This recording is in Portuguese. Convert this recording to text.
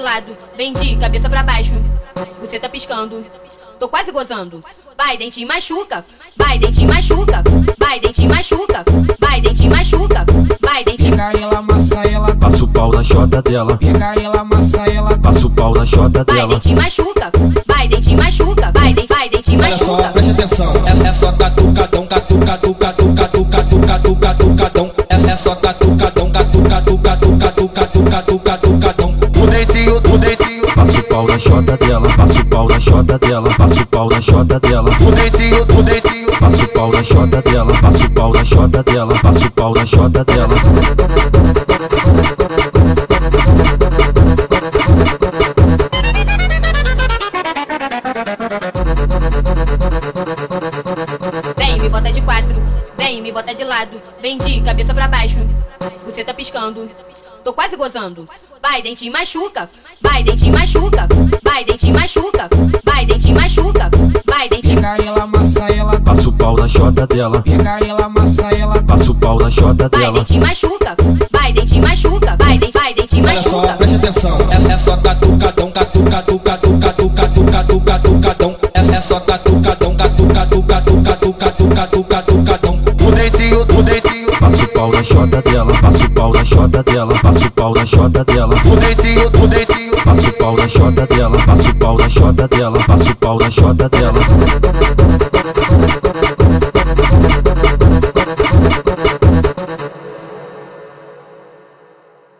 lado, bem de cabeça pra baixo. Você tá piscando, tô quase gozando. Vai, dentinho machuca, vai, dentinho machuca, vai, dentinho machuca, vai, dentinho machuca, vai, dentinho. Pega e ela, amassa ela, Passa o pau na chota dela. pega ela, amassa ela. Passa o pau na chota Vai, dela. dentinho machuca, vai, dentinho machuca, vai, dent- vai, dentinho Olha só, machuca. preste atenção. Essa é só catucadão, catucadão, catucadão, catucadão, catucadão. Essa é só catucadão, catucadão, catucadão, catucadão, catucadão. O dentinho, o dentinho, Passa o pau na chota dela. Passa o pau na chota dela. Passa o pau na chota dela. o dentinho, o dentinho. Passa o pau na chota dela. Passa o pau na chota dela. Passa o pau na chota dela. Vem, me bota de quatro, vem, me bota de lado, vem de cabeça pra baixo. Você tá piscando, tô quase gozando. Vai, dentinho machuca, vai, dentinho machuca, vai, dentinho machuca, vai, dentinho machuca, vai, dentinho. Pega e ela, amassa ela. Passa o pau na chota dela. Pega ela, amassa ela. Passa o pau na chota Vai, dela. dentinho machuca, vai, dentinho machuca, vai, dent- vai, dentinho Olha só, machuca. preste atenção. Essa é só catucadão, catucadão, catucadão, catucadão, catucadão. Essa é só catucadão, catucadão, catucadão, catucadão, catucadão. O dentinho, o dentinho, Passa o pau na chota dela. Passa o pau na chota dela. Passa o pau na chota dela. o dentinho, o dentinho. Passa o pau na chota dela. Passa o pau na chota dela. Passa o pau na chota dela.